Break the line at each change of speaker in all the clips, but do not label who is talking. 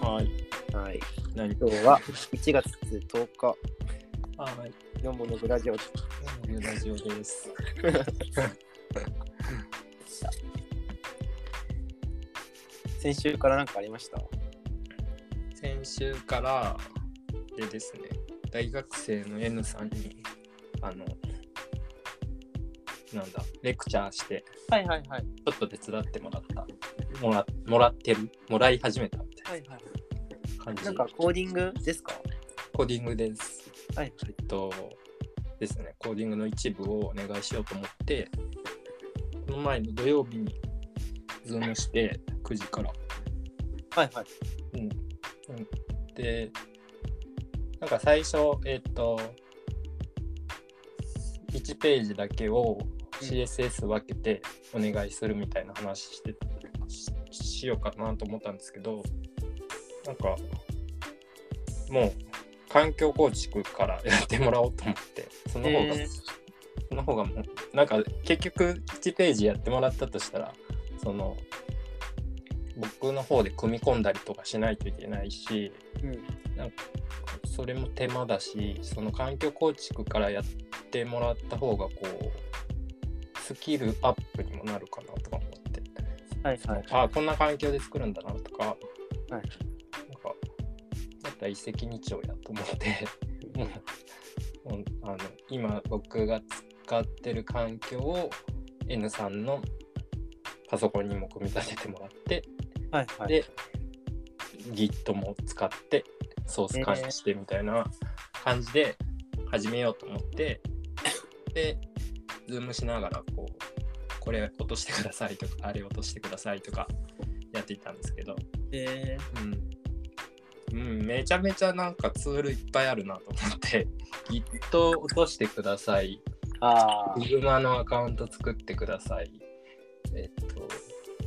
はい。
はい。
何
今日は1月10日
はい。
のモノグラジオです。
ラジオです。
先週から何かありました
先週からでですね、大学生の N さんに、あの、なんだ、レクチャーして、
はいはいはい。
ちょっと手伝ってもらった。もらもらってる、もらい始めたみたい
いはい。
な感じ。
なんかコーディングですか
コーディングです。
はい
えっとですね、コーディングの一部をお願いしようと思って、この前の土曜日に、ズームして、9時から。
はいはい。
うんうん、でなんか最初えっ、と1ページだけを CSS 分けてお願いするみたいな話してししようかなと思ったんですけどなんかもう環境構築からやってもらおうと思ってその方が、
へー
その方がもうなんか結局1ページやってもらったとしたらその僕の方で組み込んだりとかしないといけないし
うん。
それも手間だしその環境構築からやってもらった方がこうスキルアップにもなるかなとか思って、
はいはい。
あこんな環境で作るんだなとか、
い
なんかだったら一石二鳥やと思って もうもうあの今僕が使ってる環境を N さんのパソコンにも組み立ててもらって
はいはい。
で、Git も使ってソース管理してみたいな感じで始めようと思って、で、ズームしながらこう、これ落としてくださいとか、あれ落としてくださいとかやっていたんですけど、
え
うん。うん、めちゃめちゃなんかツールいっぱいあるなと思って、Git を落としてください、
ー、ああ。
Figma のアカウント作ってください。えっと、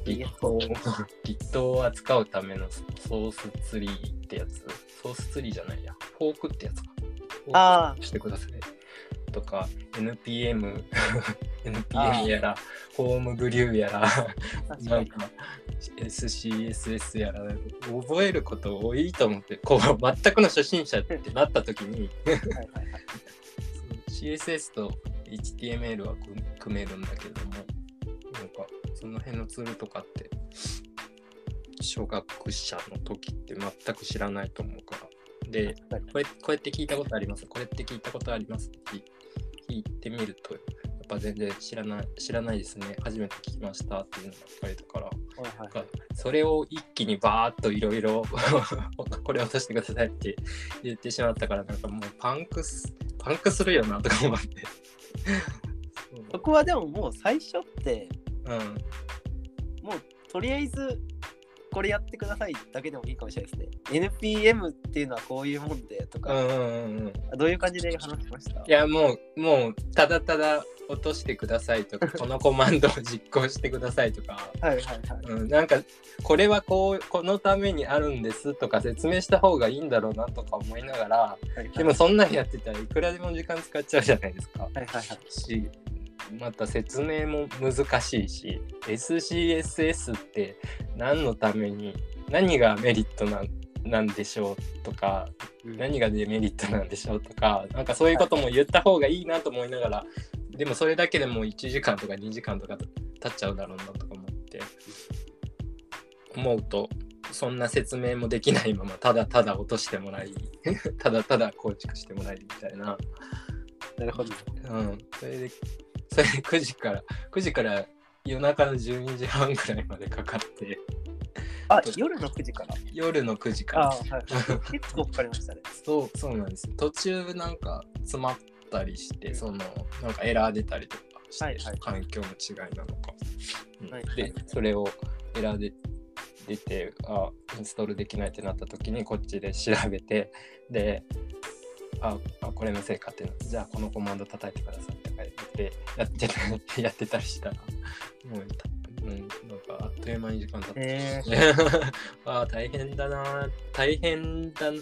い
Git
や
を Git を扱うためのソースツリーってやつ。ソースツリーじゃないや。フォークってやつか。
あ
フォークしてください。とか、NPM、NPM やら、ホームブリューやら、
あ。確か
なん
に。
か SCSS やら、覚えること多いと思って、こう、全くの初心者ってなった時に、
はいはいはい。
CSS と HTML は組組めるんだけどもなんかその辺のツールとかって初学者の時って全く知らないと思うからで
確かに
これこうやって聞いたことありますこれって聞いたことありますって聞聞いてみるとやっぱ全然知らない知らないですね初めて聞きましたっていうのが書かれたから
はいはい
なんかそれを一気にバーッといろいろ これを出してくださいって言ってしまったからなんかもうパンクすパンクするよなとか思って
そこはでももう最初って、
そううん
もうとりあえずこれやってくださいだけでもいいかもしれないですね。NPM っていうのはこういうもんでと
う
か、
んうんうんうん
どういう感じで話してました
いやもうもうただただ落としてくださいと かこのコマンドを実行してくださいとか、
はいはいはい。
うん、なんかこれはこうこのためにあるんですとか説明した方がいいんだろうなとか思いながらでもそんなんやってたらいくらでも時間使っちゃうじゃないですか。
はいはいはい。
しまた説明も難しいし SCSS って何のために何がメリットなんなんでしょうとか何がデメリットなんでしょうとかなんかそういうことも言った方がいいなと思いながらでもそれだけでも1時間とか2時間とか経っちゃうだろうなとか思って思うとそんな説明もできないままただただ落としてもらい ただただ構築してもらいみたいな
なるほど。
うん、それで、 それで9時から、9時から夜中の12時半くらいまでかかって、
あ、夜の9時から。
夜の9時か
あ
ら。
はい。結構かかりまし たね。
そう、そうなんですよ。途中なんか詰まったりして、その、なんかエラー出たりとかして、
はいはい
環境の違いなのか。うん
はい
で、それをエラーで出て、あ、インストールできないってなった時に、こっちで調べて、で、ああこれのせいかっていうのじゃあこのコマンド叩いてくださいとか言ってやってた やってたりしたらもうた、うん、なんかあっという間に時間経って、
へ
ああ大変だな大変だな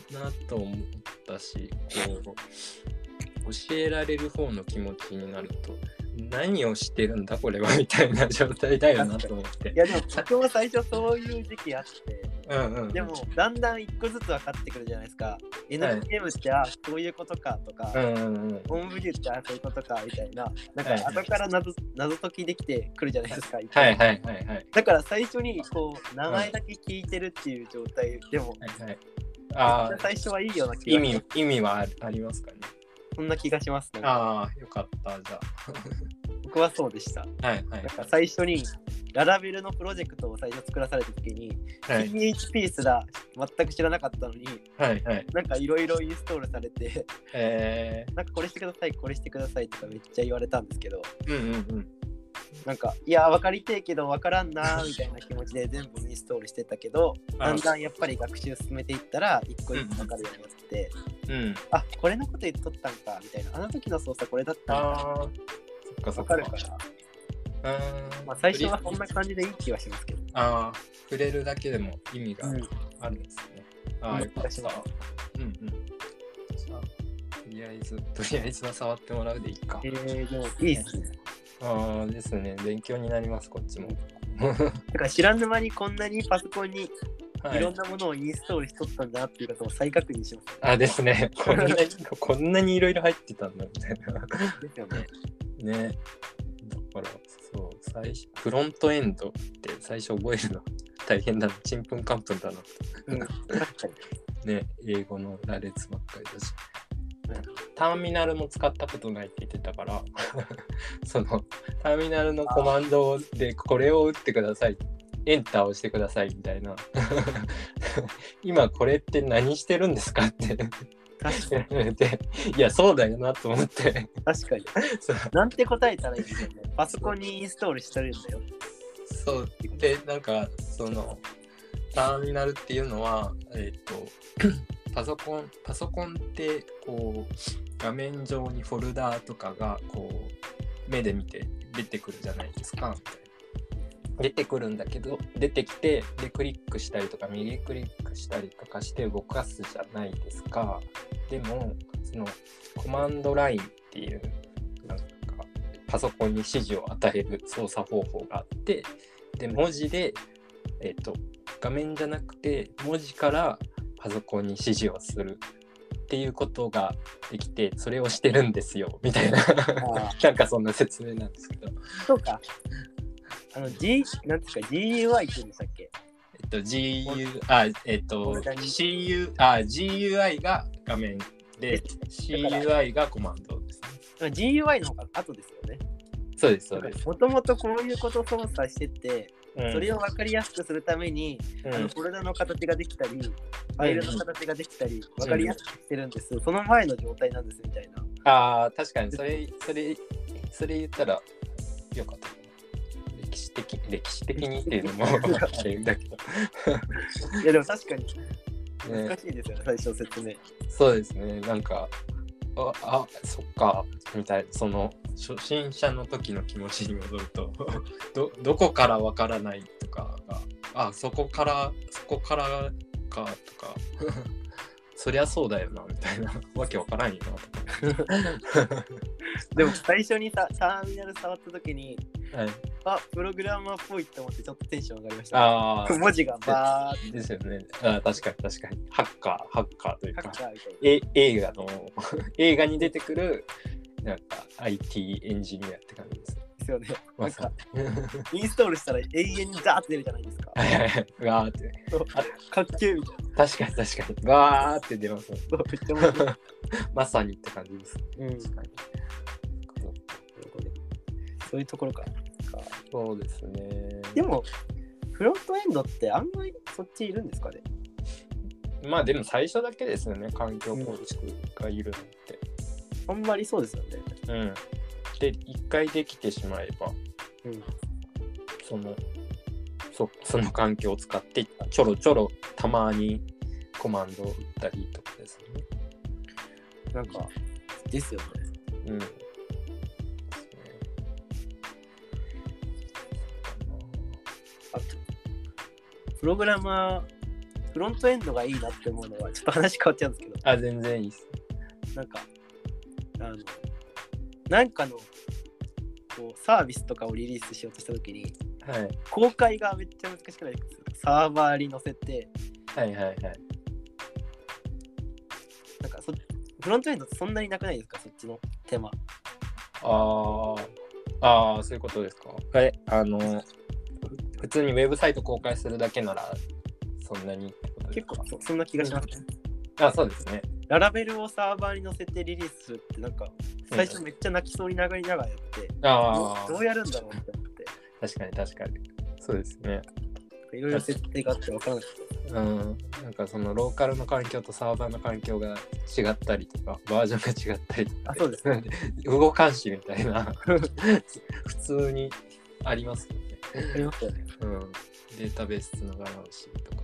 と思っったしこう教えられる方の気持ちになると何をしてるんだこれはみたいな状態だよなと思って
い。やでも僕も最初そういう時期あって
うんうんうん、
でもだんだん一個ずつ分かってくるじゃないですか NPM ってあこういうことかとか、
うんうんうん、
オンブリューってあそういうことかみたいななん
はい
か後から謎謎解きできてくるじゃないですか、
はいはいはいはい
だから最初にこう名前だけ聞いてるっていう状態でも、
はいはい。ああ、
最初はいいような気
意
が
味意味はあありますかね。
そんな気がしますね
ああ、よかった、じゃ
僕はそうでした
あ。はいはい
だ。から最初にララベルのプロジェクトを最初作らされた時に、
はい
PHP すら全く知らなかったのに
はいはい。
なんかいろいろインストールされて
え
なんかこれしてくださいこれしてくださいとかめっちゃ言われたんですけど
ー、うんうんうん。
なんかいや分かりてえけど分からんなーみたいな気持ちで全部インストールしてたけどだんだんやっぱり学習進めていったら一個一個分かるようになって
うん。
あこれのこと言っとったんかみたいなあの時の操作これだったん
あ
だ
あ、そっかそ
分
っ
か
か。
るから、
あ
まあ、最初はこんな感じでいい気はしますけど、
ああ、触れるだけでも意味が
うん、
あるんですね。ああ、よかっ
私
た
は。
うんうん。じゃあとりあえず、とりあえずは触ってもらうでいいか
え。ー、でもいいっすね
ああ、ですね。勉強になります、こっちも。
だから知らぬ間にこんなにパソコンに
はい
いろんなものをインストールしとったんだなっていうことを再確認しまし
あですね。こんなに、こんなにいろいろ入ってたんだみたい
たですよね
な。ね。だから、そう、最初、フロントエンドって最初覚えるの大変だな。ちんぷんかんぷんだな。
うん確かに
ね、英語の羅列ばっかりだし。ターミナルも使ったことないって言ってたから、 その、ターミナルのコマンドでこれを打ってください。エンターを押してくださいみたいな。 今これって何してるんですかって
確か
言われて、いや、そうだよなと思って。
に確かに
そう
なんて答えたらいいんだよねパソコンにインストールしてるんだよ
そうでなんかそのターミナルっていうのはえっ、と パソコンパソコンってこう画面上にフォルダーとかがこう目で見て出てくるじゃないですか出てくるんだけど出てきてでクリックしたりとか右クリックしたりとかして動かすじゃないですかでもそのコマンドラインっていうなんかパソコンに指示を与える操作方法があってで文字で、えっと画面じゃなくて文字からパソコンに指示をするっていうことができてそれをしてるんですよみたいな
あ
なんかそんな説明なんですけど、
そうかあの G なんですか GUI っていうんでしたっけ
えっと、GU あえっ
フォ
と
ルダに
CU あ GUI が画面で CUI がコマンドですね
GUI の方が後ですよね
そうですそうです、
もともとこういうことを操作してて、
うん
それを分かりやすくするために、
うん
あのフォルダの形ができたり、ファイルの形ができたり、分かりやすくしてるんです、その前の状態なんですみたいな。
ああ確かにそれそれそれ言ったらよかったかな歴史的歴史的にっていうのも あれだけど、
いやでも確かに
ね
難、しいですよね、最初の説明。
そうですねなんかああそっかみたいなその初心者の時の気持ちに戻ると どどこからわからないとかがあそこからそこからか とかそりゃそうだよなみたいなわけわからんよなとか、
でも最初にさターミナル触った時に、
はい、
あプログラマーっぽいって思ってちょっとテンション上がりました。
ああ
文字がバーっ
ですよね。あ確かに確かに。ハッカー、ハッカーという
て
か
書く、からみた いな。
え映画の、映画に出てくる、なんか IT エンジニアって感じです。
ですよね。
ま
なん
さ
か
に。
インストールしたら永遠にダーって出るじゃないですか。
はいはいはいう わーって。
かっけえみたいな。
確かに確かに。わーって出ますね。
そうめっちゃ面白い。
まさにって感じです。
うん
確かに。
そういうところか。
そうですね。
でも、フロントエンドってあんまりそっちいるんですかね
まあでも最初だけですよね。環境構築がいるのって。
あんまりそうですよね。
うん。で、一回できてしまえば、
うん。
そのそその環境を使ってちょろちょろたまにコマンドを打ったりとかですね。
なんか、ですよね。
うん。です
あと、プログラマーフロントエンドがいいなって思うのは、ちょっと話変わっちゃうんですけど、
あ、全然いいっす。
なんか、あの、なんかの、こう、サービスとかをリリースしようとしたときに、
はい。
公開がめっちゃ難しくないですかサーバーに載せて、
はいはいはい。
なんかそ、フロントエンドってそんなになくないですかそっちの手間。
ああ、ああ、そういうことですか。はい。あの、ふ普通にウェブサイト公開するだけなら、そんなにってことですか
結構そ、そんな気がします、
あ、そうですね。
ララベルをサーバーに載せてリリースするって、なんか、最初めっちゃ泣きそうになりながらやって、
ああ、
どうやるんだろうって思って、
確かに確かに。そうですね。
いろいろ設定があって分からなくて。
うん。なんかそのローカルの環境とサーバーの環境が違ったりとか、バージョンが違ったりとか、
あ、そうですね。
動かんしみたいな、普通にありますよね。
ありましたよね。
うん。データベースつながらんしとか。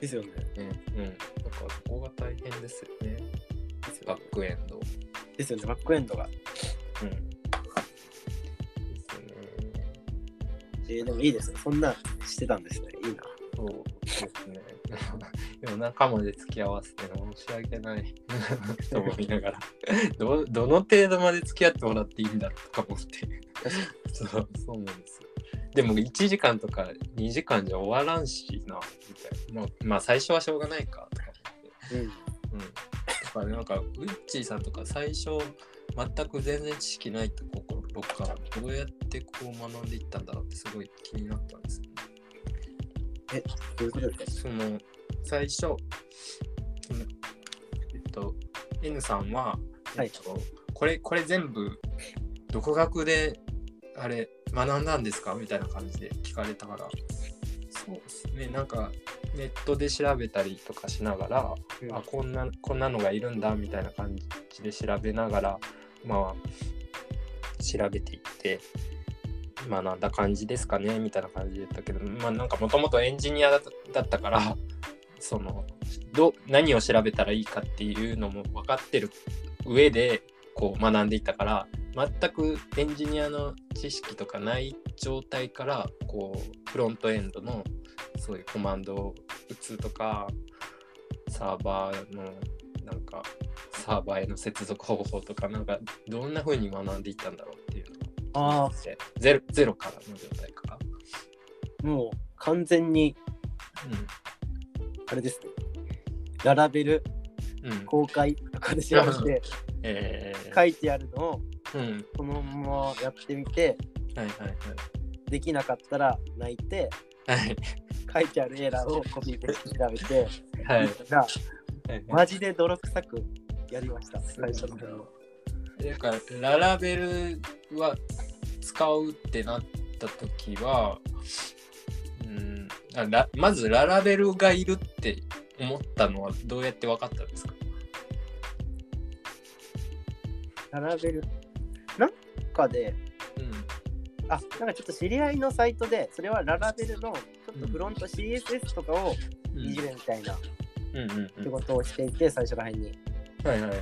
ですよね。
ね、うん。なんかそこが大変ですよね。バックエンド。
ですよね、バックエンドが。
うん。ですね。
えーでもいいですね。そんなしてたんですね。いいな。
そうですね。 でも中まで付き合わせて申し訳ないと思いな がらど、どの程度まで付き合ってもらっていいんだろうとか思って。 そうそうなんですよ。でも1時間とか2時間じゃ終わらんしな、みたいな。まあ、まあ、最初はしょうがないかとか
うん。
思って。うん。だからなんか、ウッチーさんとか最初、全く全然知識ないところから、どうやってこう学んでいったんだろうってすごい気になったんですよね。
どういうことです
そ
か
の最初そのえっと N さんは、
はい
えっと、これこれ全部独学であれ学んだんですかみたいな感じで聞かれたからそうですねなんかネットで調べたりとかしながら、あこんなこんなのがいるんだみたいな感じで調べながらまあ調べていって学んだ感じですかねみたいな感じだったけどまあなんかもともとエンジニアだだったからそのど何を調べたらいいかっていうのも分かってる上でこう学んでいったから全くエンジニアの知識とかない状態からこうフロントエンドのそういうコマンドを打つとかサーバーのなんかサーバーへの接続方法とかなんかどんな風に学んでいったんだろうっていうのが
あ
でゼロゼロからの状態から、
あ、もう完全に、あれですね。ララベル
うんうん、
公開とかで調べて、
えー
書いてあるのを
うん
このままやってみて、
はいはい
できなかったら泣いて、
はいはい
書いてあるエラーをコピーペースト調べて、
はいはい
じゃあ
はい
マジで泥臭くやりました。最初の方
なんかララベルは使うってなった時はうんあラまずララベルがいるって思ったのはどうやって分かったんですか
ララベル。なんかで、
うん
あなんかちょっと知り合いのサイトで、それはララベルのちょっとフロント CSS とかを
う
いじ
ん
るみたいな
うんうん
仕
うん
事をしていて、最初ら辺に。
はいはいはい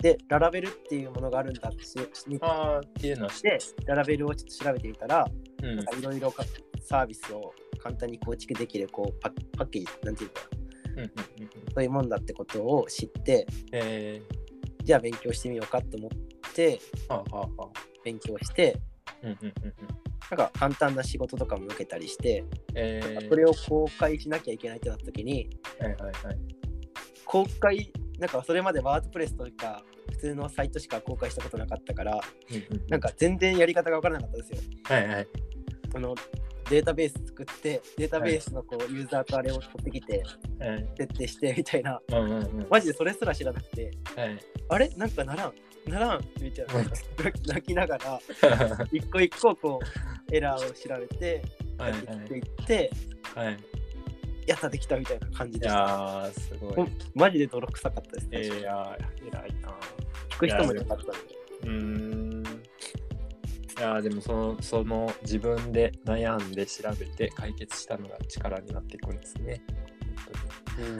で、ララベルっていうものがあるんだってし見て、
ああっていうのは知っ
ララベルをちょっと調べてみたら、
うん
なんかいろいろかサービスを簡単に構築できるこうパッパッケージ、なんていうか、
うんうんうんうん
そういうもんだってことを知って、
え
じゃあ勉強してみようかと思って、
ー、はあはあはあ
勉強して、
うんうんうんうん
なんか簡単な仕事とかも受けたりして、
え
なんか
ー、
これを公開しなきゃいけないってなった時に、
はいはいはい
公開、なんかそれまでワードプレスとか、普通のサイトしか公開したことなかったから、
うんうん
なんか全然やり方が分からなかったですよ。
はいはい
あのデータベース作って、データベースのこうユーザーとあれを取ってきて、
はい
設定してみたいな、
うんうんうん
マジでそれすら知らなくて、
はい
あれなんかならん、ならんみたいな
うん、
泣きながら、一個一個こうエラーを調べて、
は
や
い
ってきてい
は
って、
いはい
やったできたみたいな感じ
い
でした。
やーすご
ほ
い
んマジで泥臭かったです、ね。
いやー、偉いな。
聞く人もいなかったんで。
うーん。いやー、でもその、その自分で悩んで調べて解決したのが力になっていくんですね。
うん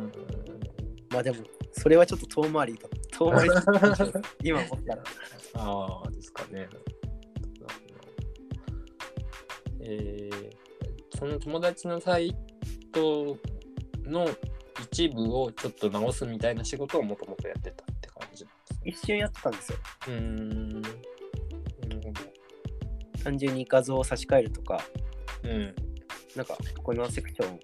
本当に。
まあでも、それはちょっと遠回りだ。遠回りだった感じです今思ったら。
ああ、ですかね。えーその友達のサイトの一部をちょっと直すみたいな仕事をもともとやってたって感じ。
一瞬やってたんですよ
うーん。なるほ
単純に画像を差し替えるとか
ど。うん。
なんかここのセクション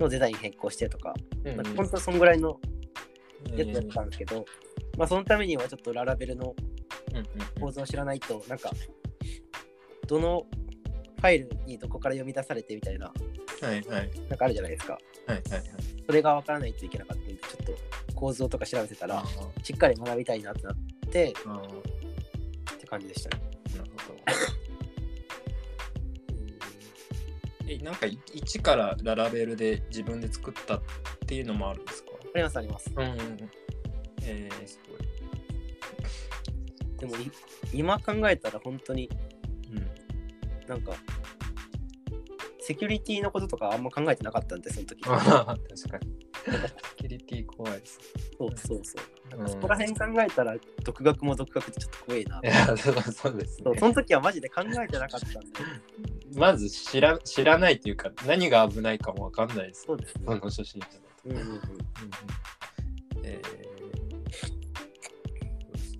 のデザイン変更してとか、
うん
なんか本当そんぐらいの
うん
やつやってたんですけど、まあそのためにはちょっとララベルの
うんうん
構造を知らないと、なんかどのファイルにどこから読み出されてみたいな
はいはいはい
なんかあるじゃないですか
はいはい。
それが分からないといけなかったんでちょっと構造とか調べてたら
あー
しっかり学びたいなってなって
あーなる
って感じでしたね
ほど。えなんかい一からララベルで自分で作ったっていうのもあるんですか
ありますあります
うんうんうん。えー、すごい。
でもい今考えたら本当に
うん。
なんかセキュリティのこととかあんま考えてなかったんでその時
ああ、確かに。セキュリティ怖いです。
そうそうそう
うん
そこら辺考えたら独学も独学でちょっと怖いない
や、そうそうです、ね
そうその時はマジで考えてなかったんで
まず知ら知らないっていうか、何が危ないかもわかんないです。
そうですね
その初心者だと。
うんうんうん
えーそうです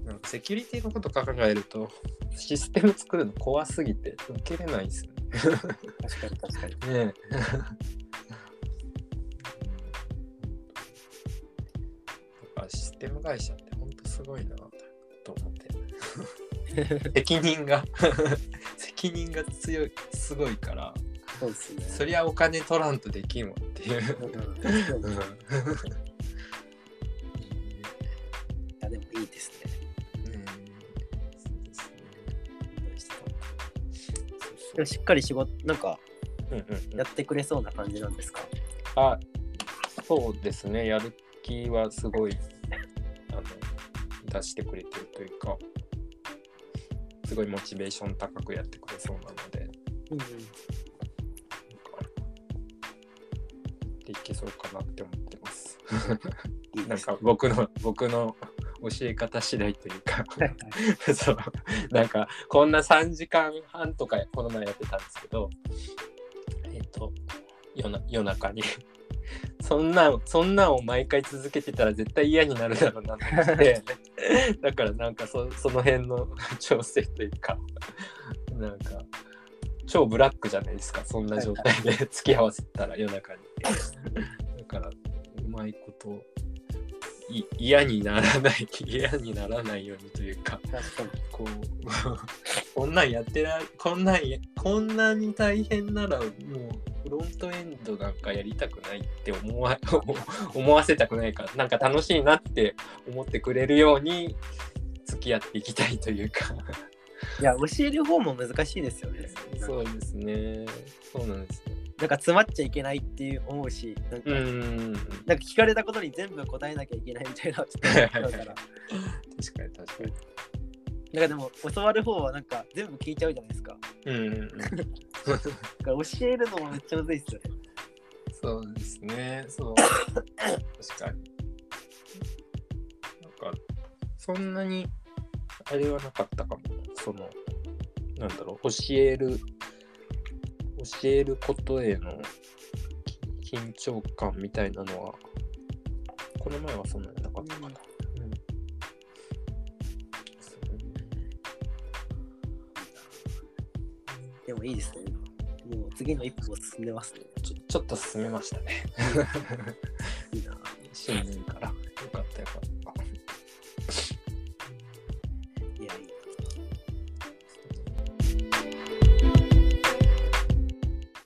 ねなんかセキュリティのこと考えるとシステム作るの怖すぎて受けれないですよね。
確かに確かに
ねえ。だからシステム会社って本当すごいなと思って。 責任が責任が強いすごいから
そうですね
そりゃお金取らんとできんわっていう。
うんうん確かに
うん
いやでもいいですねでもしっかり仕事なんか
うんうんう
や
ん
ってくれそうな感じなんですか
あそうですねやる気はすごいあの出してくれてるというかすごいモチベーション高くやってくれそうなのでなんか
うん
できそうかなって思ってます。
いい
な
で
ん
すね
か僕の僕の教え方次第というか そうなんかこんな3時間半とかこの前やってたんですけどえっ、と夜な夜中にそんなそんなんを毎回続けてたら絶対嫌になるだろうなと思ってだからなんかそその辺の調整というかなんか超ブラックじゃないですかそんな状態で付き合わせたら夜中にだからうまいことい嫌にならない嫌にならないようにというか
確かに
こう こんなんやってらこんなんやこんなに大変ならもうフロントエンドなんかやりたくないって思わ 思わせたくないからなんか楽しいなって思ってくれるように付き合っていきたいという か
いや教える方も難しいですよね
そうですねそうなんですね
なんか詰まっちゃいけないっていう思うしなんか、
うーん
なんか聞かれたことに全部答えなきゃいけないみたいなちょっと思っちゃうからなんか
確かに確かに
でも教わる方はなんか全部聞いちゃうじゃないですか
うんうんうん
だから教えるのもめっちゃむずいっすよね
そうですね、 そう。確かに。なんか、そんなに、あれはなかったかも。その、なんだろう、教える、教えることへのき緊張感みたいなのは、この前はそんなになかったかな。うんそうね
でもいいですねもう次の一歩を進んでますね
ちょちょっと進めましたね。
いいな
新年から。